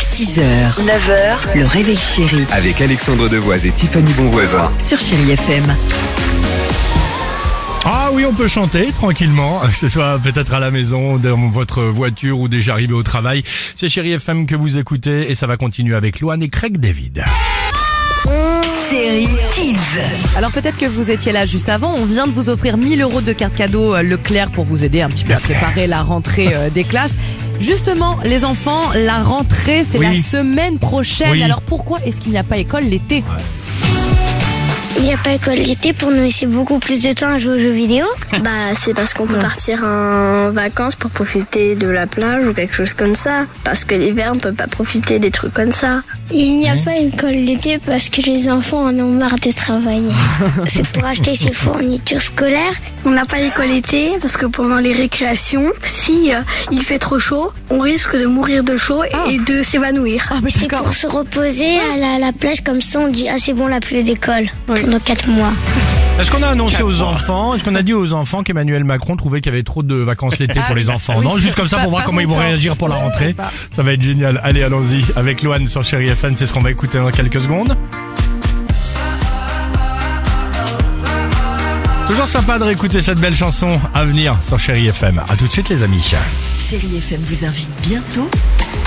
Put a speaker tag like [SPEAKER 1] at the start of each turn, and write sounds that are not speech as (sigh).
[SPEAKER 1] 6h, 9h, le réveil chéri
[SPEAKER 2] Avec Alexandre Devoise et Tiffany Bonvoisin.
[SPEAKER 1] sur Chéri FM.
[SPEAKER 3] Ah oui, on peut chanter tranquillement, (laughs) que ce soit peut-être à la maison, dans votre voiture ou déjà arrivé au travail. C'est Chéri FM que vous écoutez et ça va continuer avec Loane et Craig David.
[SPEAKER 1] Chéri Kids.
[SPEAKER 4] Alors peut-être que vous étiez là juste avant. On vient de vous offrir 1000 euros de cartes cadeaux euh, Leclerc pour vous aider un petit peu à préparer la rentrée euh, des classes. Justement, les enfants, la rentrée, c'est
[SPEAKER 3] Oui.
[SPEAKER 4] la semaine prochaine.
[SPEAKER 3] Oui.
[SPEAKER 4] Alors pourquoi est-ce qu'il n'y a pas école l'été
[SPEAKER 5] Il n'y a pas école l'été pour nous laisser beaucoup plus de temps à jouer aux jeux vidéo.
[SPEAKER 6] Bah, c'est parce qu'on peut partir en vacances pour profiter de la plage ou quelque chose comme ça. Parce que l'hiver, on peut pas profiter des trucs comme ça.
[SPEAKER 5] Il n'y a pas école l'été parce que les enfants en ont marre de travailler. (laughs) C'est pour acheter ses fournitures scolaires.
[SPEAKER 6] On n'a pas école l'été parce que pendant les récréations, si euh, il fait trop chaud, on risque de mourir de chaud et de s'évanouir.
[SPEAKER 4] Ah, mais
[SPEAKER 5] C'est pour se reposer à la, la plage comme ça on dit ah c'est bon la plus d'école pendant 4 mois.
[SPEAKER 3] Est-ce qu'on a annoncé aux enfants, est-ce qu'on a dit aux enfants qu'Emmanuel Macron trouvait qu'il y avait trop de vacances l'été pour les enfants
[SPEAKER 4] Ah oui,
[SPEAKER 3] Non,
[SPEAKER 4] c'est-
[SPEAKER 3] juste comme ça pour
[SPEAKER 4] pas-
[SPEAKER 3] voir
[SPEAKER 4] pas
[SPEAKER 3] comment ils vont
[SPEAKER 4] encore.
[SPEAKER 3] réagir pour la rentrée.
[SPEAKER 4] pas.
[SPEAKER 3] Ça va être génial. Allez, allons-y avec Loane sur Chéri FM, c'est ce qu'on va écouter dans quelques secondes. Toujours sympa de réécouter cette belle chanson à venir sur Chéri FM. À tout de suite les amis.
[SPEAKER 1] Chéri FM vous invite bientôt.